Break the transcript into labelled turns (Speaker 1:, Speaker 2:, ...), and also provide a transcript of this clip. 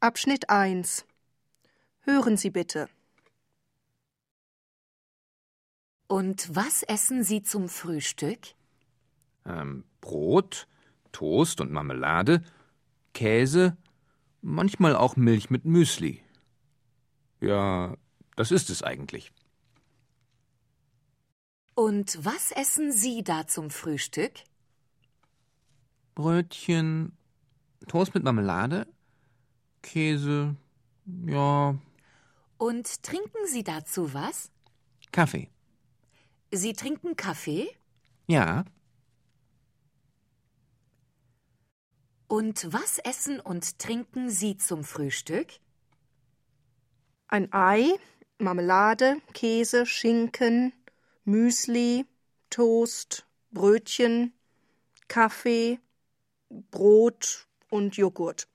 Speaker 1: Abschnitt 1 Hören Sie bitte.
Speaker 2: Und was essen Sie zum Frühstück?
Speaker 3: Ähm, Brot, Toast und Marmelade, Käse, manchmal auch Milch mit Müsli. Ja, das ist es eigentlich.
Speaker 2: Und was essen Sie da zum Frühstück?
Speaker 3: Brötchen, Toast mit Marmelade, Käse, ja,
Speaker 2: Und trinken Sie dazu was?
Speaker 3: Kaffee.
Speaker 2: Sie trinken Kaffee?
Speaker 3: Ja,
Speaker 2: Und was essen und trinken Sie zum Frühstück?
Speaker 1: Ein Ei, Marmelade, Käse, Schinken, Müsli, Toast, Brötchen, Kaffee, Brot und Joghurt.